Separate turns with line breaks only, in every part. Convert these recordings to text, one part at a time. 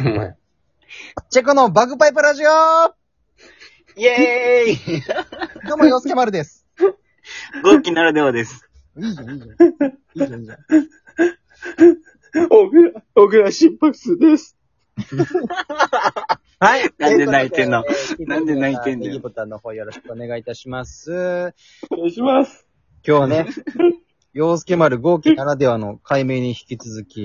お前。
チェコのバグパイプラジオ
イエーイ
どうも、ヨスケマルです。
ゴッキならではです。
いいじゃん、いいじゃん。いいじゃん、いいじゃん。
小倉、小倉心拍数です。
はい。
なんで泣いてんの
ということで
なんで泣いてんだよ
右ボタンの方よろしくお願いいたします。
お願いします。
今日はね、洋介丸号機ならではの解明に引き続き、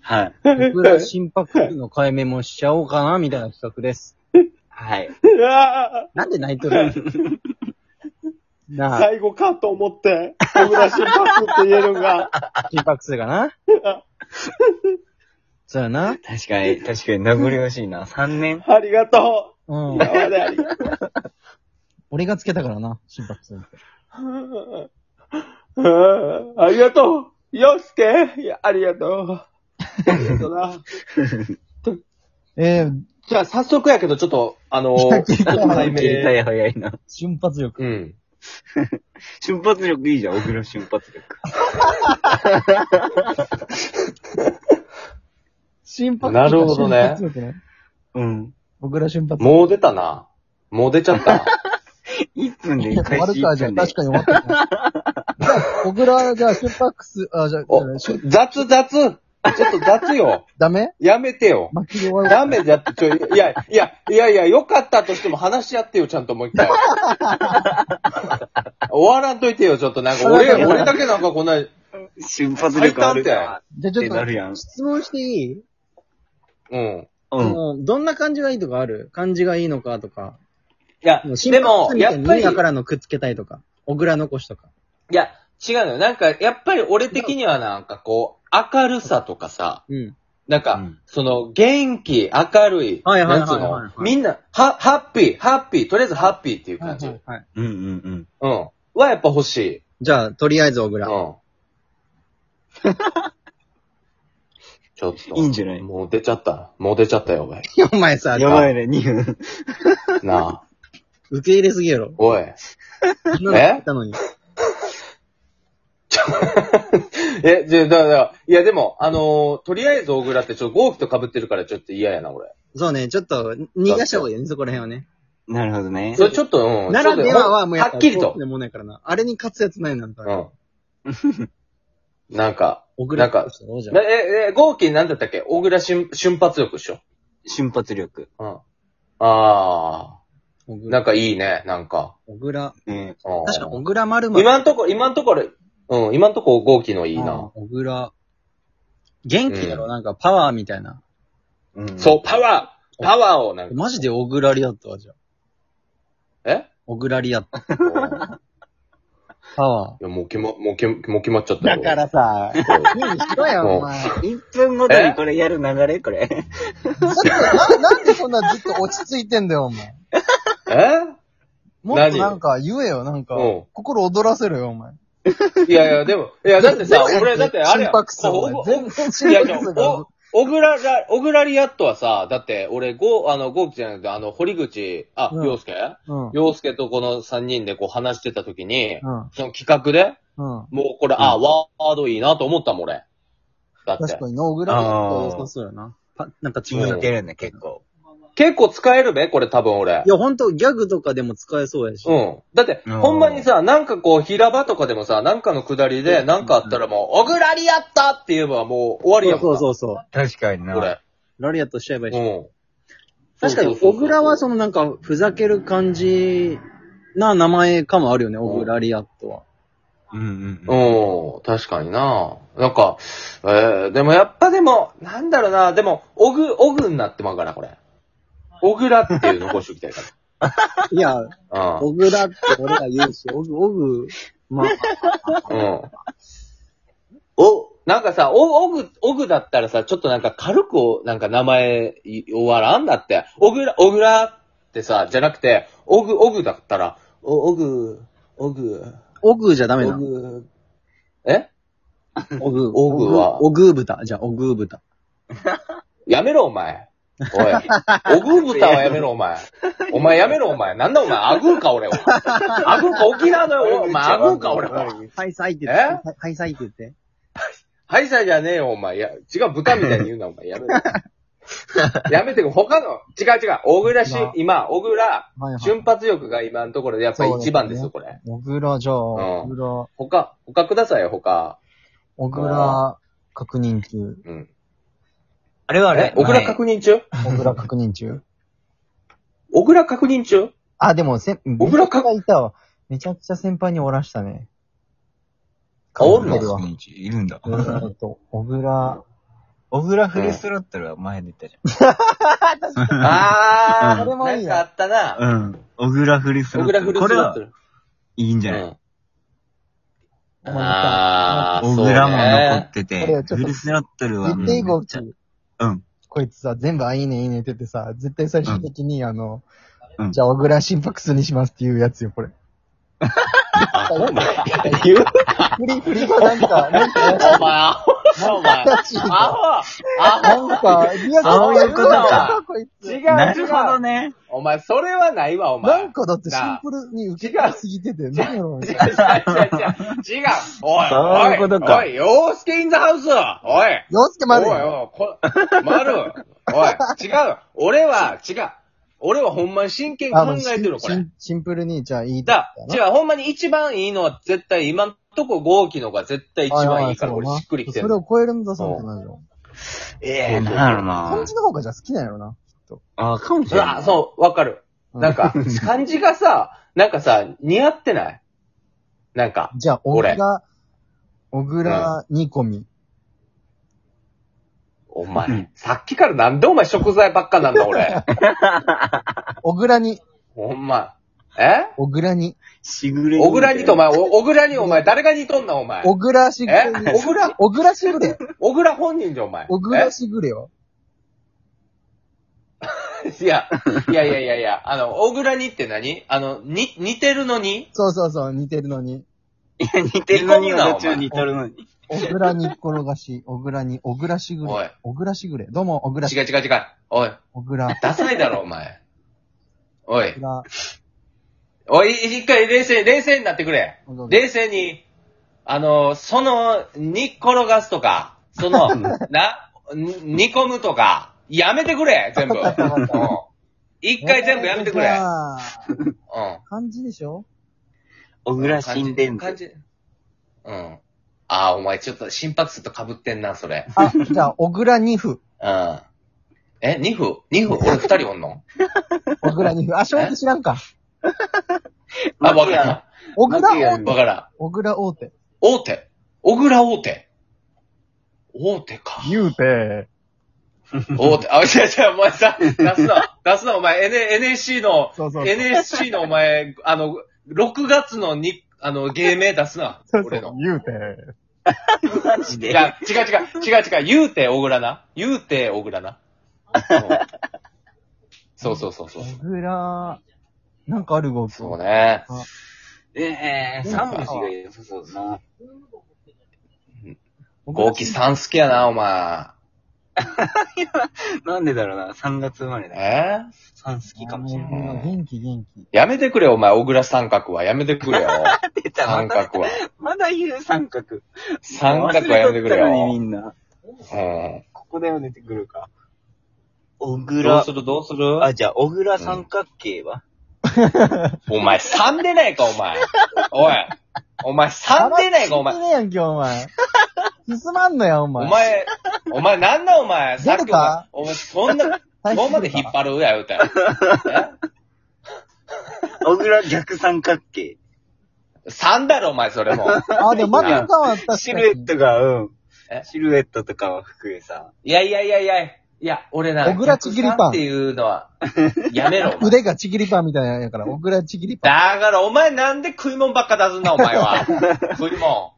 はい。
僕ら心拍数の解明もしちゃおうかな、みたいな企画です。
はい。
あ
なんで泣いとる の
ー
なあ、
最後かと思って、小倉心拍数って言えるん が。
心拍数がな。そうやな。
確かに、確かに名残惜しい な。3年
ありがと
う
う。
ん。
今までありがと
俺がつけたからな、心拍数。
う。うんありがとう。よすけ、いやありが とう。ありがとうな。
えー、
じゃあ、早速やけど、ちょっと、あの
切りたい
解
切りた
明
い早いな。
瞬発力。
うん。瞬発力いいじゃん、小倉瞬発力。
心拍
なるほどね
瞬発力ね。
うん。
僕ら瞬発力。
もう出たな。もう出ちゃ った。
1分で開
悪
始
か
1
じゃあ
分で。
確かに終わったな。じゃあ、僕ら、じゃあ、瞬拍数、あ、じゃあ、
お
じゃあ、瞬
雑雑ちょっと雑よ。
ダメ
やめてよ。
巻きで終わる。
ダメだって、ちょ、いや、いや、いやいや、よかったとしても話し合ってよ、ちゃんともう 一回。終わらんといてよ、ちょっとなんか、俺、俺だけなんかこんな、
瞬発力あるか
じゃあ
らっ
ち
て
ょ
な
っ
るやん
と、。質問していい、
うん。
うん。
もうどんな感じがいいとかある感じがいいのかとか。
いや、
心
でも、
拍数みた
や
い
っ
に
ぱり、い
だからのくっつけたいとか。小倉残しとか。
や、違うのよ。なんか、やっぱり俺的にはなんかこう、明るさとかさ、
うん。
なんか、
うん
その、元気、明るい、
はいはいはい
なんつう
はいは
の
い、
みんな、は、ハッピー、ハッピー、とりあえずハッピーっていう感じ。
はいはいはい。
うんうんうん。
うん。はやっぱ欲しい。
じゃあ、とりあえず小
うん。
倉。
ち
は
ょっと。
いいんじゃない
もう出ちゃった。もう出ちゃったよ、お前。
お前さ、
やばいね、2分。
なあ。
受け入れすぎやろ。
おい。
そんなの言ったのに。
え、じゃ、だから、いやでも、あのーとりあえず大倉ってちょっと合気と被ってるからちょっと嫌やな、俺。
そうね、ちょっと、逃がした方がいいよね、そこら辺はね。
なるほどね。
それちょっと、うん。
ならでははもうや
は
ぱ
っきりと。
でもないからな。あれに勝つやつないなんだ。
うん。なんか、
小
なんか
としてどうじゃん
なえ、え、合気なんだったっけ大倉瞬瞬発力っしょ。
瞬発力。
うん。あ
小
ー。な
倉。
んかいいね、なんか。
小倉。
ね
うん
確か小倉丸丸。
今んとこ、今んところ、うん、今んとこ合気のいいな。
小倉。元気だろ、なんかパワーみたいな。
うん。
そう、パワーパワーをなんか、
マジで小倉リアットはじゃあ。
え
小倉リアット。
うんい
パワ
や、もう決ま、もう決ま、もう決まっちゃっ
ー。
たよ。
さ、家にしろよ、お 前。
1分ごとにこれやる流れこれ。
な、なんでそんなずっと落ち着いてんだよ、お前。
え
もっとなんか言えよ、なんか
うん。
心躍らせろよ、お前。
いやいや、でも、いや、だってさ、俺、だってあれや
心拍数、
お
お
お
前全然
い
心
や、
拍
で
数
も
が。
お、小倉ら、小倉リアットはさ、だって、俺、ご、あの、合気じゃなくて、あの、堀口、あ、
うん
洋介
うん。
洋介とこの三人でこう話してた時に、
うん。
その企画で、
うん。
もうこれ、あ、ワードいいなと思ったもん、俺。だって
確。かに、ノーグラフト良さそうやな。パなんか違
自分
う。
いけるね、結構。
結構使えるべこれ多分俺
い。や、ほんと、ギャグとかでも使えそうやし。
うん。だって、
うん
ほんまにさ、なんかこう、平場とかでもさ、なんかの下りで、なんかあったらもう、オグラリアッタって言えばもう終わりやも
そ
ん
う
な。
そうそう。
確かにな。
俺。
ラリアットしちゃえばいいし。
うん。
確かに、小倉はそのなんか、ふざける感じな名前かもあるよね、小倉リアットは。
うんうんうん。
うん、確かにな。なんか、えー、でもやっぱでも、なんだろうな、でも、オグ、オグになってまうから、これ。オグラっていう残しておきたいか
いや、
ら。うん。
小倉って俺が言うし、小ぐ、小ぐ、まあ、
うん。お、なんかさ、お、オグ、オグだったらさ、ちょっとなんか軽くお、なんか名前い終わらんだって。オグラ、オグラってさ、じゃなくて、オグ、オグだったら、 お、オグ、オグ、
小ぐじゃダメ
オ
なの。
グ、え
小ぐ。
小具は
小ぐ豚。じゃあ、小ぐ豚。
やめろ、お前。おい。 オグー豚はやめろ、お前。お前やめろ、お前。なんだ、お前。アグーか、俺は。アグーか、沖縄のよ。お前、アグーか、 俺は。
ハイサイって言
え
って、ハイサイって言って。
ハイサイじゃねえよ、お前。いや、違う、豚みたいに言うな、お前。やめろ。やめて、他の、違う違う、小倉し
まあ、
今、小倉、
はいはい。
瞬発力が今のところでやっぱり一番ですよ、
そう
これ。
小倉、じゃあ、小倉、
他、他くださいよ、他。
小倉確認中。
うん。
あれはあ
え
れ、
小倉
はい
確認中
小倉確認中。
小倉確認中
あ、でも、せ、
小倉か
がいたわ。めちゃくちゃ先輩におらしたね。
あおるの
被ってるわ
いるんだ
え。ーっと、小倉、
小倉フルスロットルは前出たじ
あ
うん
ー、なんかあったな。
ゃん。うん。小倉フルス
小
ロット
倉
ル。
フル
こ
ス
れ
ロッ
は
トル。
いいんじ
う
ゃない
ん。あー、
小
そう
倉も残
ね
っ。て
これ
て
は、ちょっ
フ
と
ルスロットル
言
はも
っ
う
て
め
いい
っ
ゴ
ちゃ
キ。
うん。
こいつさ、全部あ、いいね、いいねって言ってさ、絶対最終的に、あの、
うん
じゃあ、小倉心拍数にしますっていうやつよ、これ。
あ、ほんま言う
振り、振りがなんか、なんか、
お前、アホだ、お前。
難しい
アホ アホ
なんか、リアクシ
そういうことか。
こいつ。
違う、違
なるほど
う。
ね。
お前、それはないわ、お前。
なんかだってシンプルに受けすぎてて、なんやろう
違う違う違う違う
ね。
違うおい
そういうことか
おいおい洋介インザハウスおい
洋介丸
おい
や
おい、こ、丸おい違う俺は、違う俺はほんまに真剣に
あ
考
もう
えてる、こ
シ
れ
ン。シンプルに、じゃあいいって
だ、
言った
違
よ
う、ほんまに一番いいのは絶対、今んとこ豪気のが絶対一番いいか
あ
ら、
あそう
俺
だな
しっくりきて
そ
る
れ。を超えるんだ、そうってなるよ。
ええ
なんやろ
感
な
じの方がじゃあ好きなんやろな。
あ、かもし
う
れな
わ、
い。
そう、わかる。
うん
なんか、感じがさ、なんかさ、似合ってないなんか、
じゃあ、小倉、小倉煮込み。
お前、さっきからなんでお前食材ばっかなんだ、俺。
小倉に、
ほんま。え
小倉に、
しぐれ煮
小倉にとお前、お小倉にお前、誰が似とんなお前。
小倉しぐれ
え
に。
小倉、
小倉しぐれ。
小倉本人じゃお前。
小倉しぐれよ。
え いや、いやいやいやいや、あの、小倉にって何あの、に、似てるのに
そうそうそう、似てるのに。
いや、似てるのにはどっちも似てるのに。
小倉に転がし、小倉に、小倉しぐ
おい
れ。小倉しぐれ。どうも、小倉
違う。違う違う。おい、
小倉。
ダサいだろお前。おい
小、倉。
おい、一回冷静、冷静になってくれ。冷静に、あの、その、煮っ転がすとか、その、 な、に煮込むとか、やめてくれ、全部。うん一回全部やめてくれ。
えーじゃあ
うん。
感じでしょ
小倉新伝
感
部。
じ。うん。ああ、お前ちょっと心拍数と被ってんな、それ。
あ、じゃあ、小倉二夫。
うん。え、2分 ?2 分俺2人おんの
小倉二夫。あ、正直知らんか。
あ、わからん。
小倉
間違いな
大
い
手。
わからん。
小倉大手。
大手。小倉大手。大手か。
言うて。
大手。あ、違う違う、お前さ、出すな。出すな、お前。N、NSC の、
そうそうそう
NSC のお前、あの、6月のに、あの、芸名出すな。俺の。
言うて。
マジ
い
で。
や、違う違う、違う違う、言うて小倉な。言うて小倉な。うんそうそうそうそう。
小倉、なんかあるごき。
そうね。
ええ、三文字が良さそうだな。
豪気さん好きやな、お前。
なんでだろうな。3月生まれだ。
えー
3好きかもしれない。
うん元気元気。
やめてくれ、お前、小倉三角は。やめてく れよ。三角は。
まだ言う三角。
三角はやめてく
忘と
れ
ったのにみ
よ。
んな。
うん。
ここだよ出てくるか。小
どう
倉
す、るどうする
あ、じゃあ、小倉三角形は
お前、三出ないか、お前。おい。お前、三出ないか、お前
進。んでねえやんけ、お前。進まんのや、お
お
前。
前、お前、なんだお前、さっ
出
き
る
お前
か、
お前、そんな、
最
そ
初
うまで引っ張るや、言うて。え
小倉逆三角形。
三だろ、お前、それも。
あ、でも、真ん中は確かに。
シルエットが、うん
え。
シルエットとかは含めさ。
いやいやいやいや、いや、俺な、
小倉ちぎりパン
逆三っていうのは、やめろ、お前
腕がちぎりパンみたいなやから、小倉ちぎりパン。
だから、お前なんで食い物ばっか出すんだ、お前は。食い物。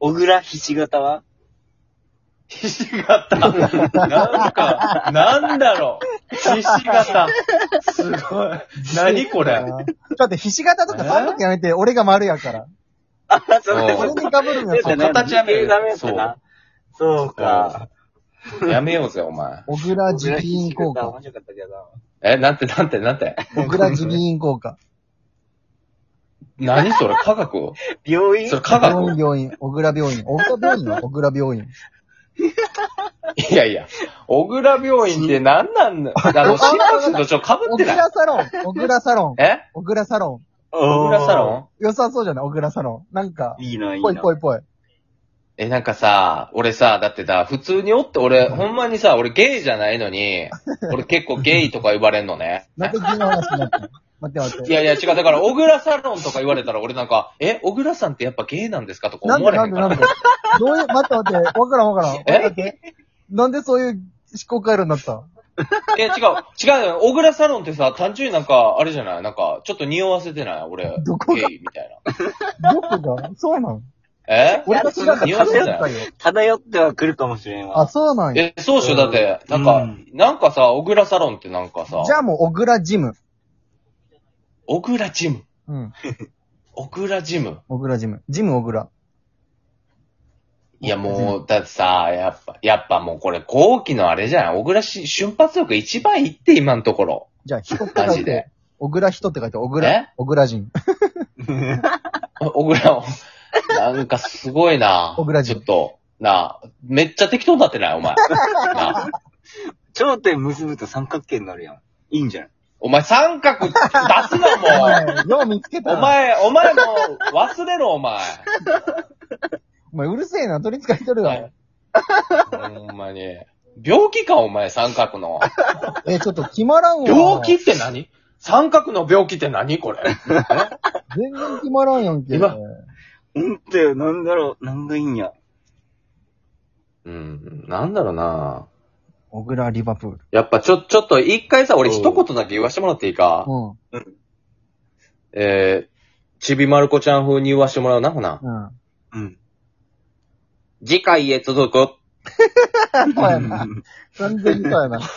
小倉ひし形は
ひし形。なんか、なんだろう。ひし形。すごい。何これ。
だって、ひし形とか三角やめて、俺が丸やから。
あ、そうう
俺に被るのよ、
そう
そ
形は見える
ダメだな。そうか。
やめようぜ、お前。
小倉
小
自備
倉ひ
員
し形
効
は
果。
面白かったけどな。
え、なんて、なんて、なんて。
小倉自備員効果。
何それ、科学
病院
それ科
病院
学
病院。小倉病院。小倉病院は小倉病院。
いやいや、小倉病院って何なんだあ の、シラスとちょ、被っ
小
てない。
倉サロン、小倉サロン、
え
小倉サロン。
小倉サロ
良さそうじゃない小倉サロン。なんか
ン、いいな、いい
ぽい
な。
ぽいぽい。
ンえ、なんかさ、俺さ、だってさ、普通におって、俺、ほんまにさ、俺ゲイじゃないの に、俺結構ゲイとか言われんのね。
なんで君の話になったの待って待っ
い
て。
やいや、違う。だから、小倉サロンとか言われたら、俺なんか、え、小倉さんってやっぱゲイなんですかとか
なん
思わ
で
れ
な
へ
ん
ん
で
か
なん
ら。
でどういう、待って待って、わからんわからん。
え
待ってなんでそういう思考回路になったの
え、違う。違うよ。小倉サロンってさ、単純になんか、あれじゃないなんか、ちょっと匂わせてない俺、
どこ
ゲ
が
イみたいな。
どこがそうなん
え
俺が知らんか
匂
った
わせて
だ
な
っ
い
たよ。
漂っては来るかもしれんわ。
あ、そうなんや。
え、そうっしょ、だって、なんか、
うん
なんかさ、小倉サロンってなんかさ、
じゃあもう小倉ジム。
小倉ジム。
うん。
小倉ジム。
小倉ジム。ジム小倉。
いや、もう、だってさ、やっぱ、やっぱもうこれ、後期のあれじゃん。小倉し瞬発力一番いいって、今のところ。
じゃあ人って
マ
書い
ジ
て
で。。
小倉人って書いて、小
え
倉、小倉人。
小 倉を、なんかすごいな。
小倉
ち
人
ょっと、なあ、めっちゃ適当になってないお前。なあ
頂点結ぶと三角形になるやん。いいんじゃない
お前三角出すな、
お
も
前
う。、
よう見つけた
お
な。
前、お前もう忘れろ、お前。
お前うるせえな、取り憑かれとるわ。
ほんまに。病気か、お前、三角の。
え、ちょっと決まらんわ。
病気って何三角の病気って何これ。
全然決まらんやんけ。
今
ほんとよ、なんだろう、なんがいいんや。
うん、なんだろうな
小倉リバプール。
やっぱちょ、ちょっと一回さ、俺一言だけ言わしてもらっていいか、
うん。
えー、ちびまる子ちゃん風に言わしてもらうな、ほな。
うん。
うん。
次回へ続く。
そうやな。完全にそうやな。